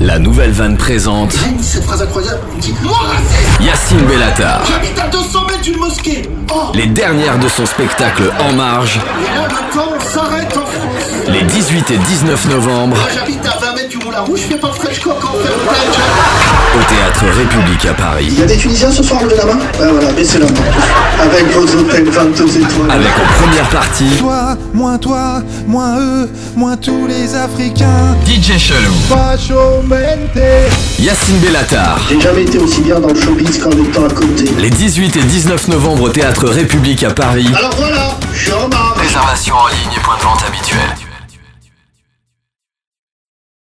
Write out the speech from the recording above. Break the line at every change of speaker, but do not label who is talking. La nouvelle vanne présente
J'ai une cette phrase incroyable. Il dit Moi raciste
Yacine Bellatar.
J'habite à 200 mètres d'une mosquée Oh
Les dernières de son spectacle En Marge,
Et là, le temps s'arrête en France
les 18 et 19 novembre,
Moi, j'habite à 20 mètres du Moulin Rouge, je fais pas de French Coq en fait.
au Théâtre République à Paris.
Il y a des Tunisiens ce soir, levez la main Ouais, voilà, baissez la main. Avec vos hôtels 22 étoiles.
Avec en première partie,
Toi, moins toi, moins eux, moins tous les Africains.
DJ Chelou.
Facho mente.
Yacine Bellatar.
J'ai jamais été aussi bien dans le showbiz qu'en étant à côté.
Les 18 et 19 novembre au Théâtre République à Paris.
Alors voilà, je suis en marre.
Réservation en ligne et point de vente habituel.